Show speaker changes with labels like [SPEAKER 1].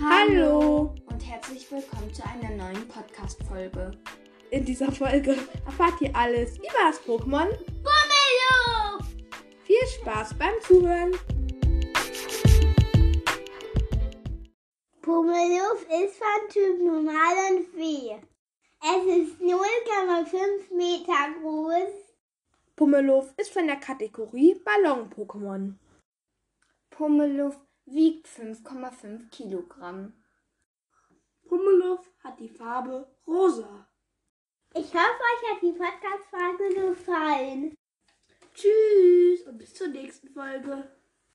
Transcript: [SPEAKER 1] Hallo.
[SPEAKER 2] und herzlich willkommen zu einer neuen Podcast-Folge.
[SPEAKER 1] In dieser Folge erfahrt ihr alles über das Pokémon.
[SPEAKER 2] Hallo!
[SPEAKER 1] Viel Spaß beim Zuhören.
[SPEAKER 3] Pummeluff ist von Typ Normal und Vieh. Es ist 0,5 Meter groß.
[SPEAKER 1] Pummeluff ist von der Kategorie Ballon-Pokémon.
[SPEAKER 2] Pummeluff wiegt 5,5 Kilogramm.
[SPEAKER 1] Pummeluff hat die Farbe rosa.
[SPEAKER 3] Ich hoffe, euch hat die Podcast-Folge gefallen.
[SPEAKER 1] Tschüss und bis zur nächsten Folge.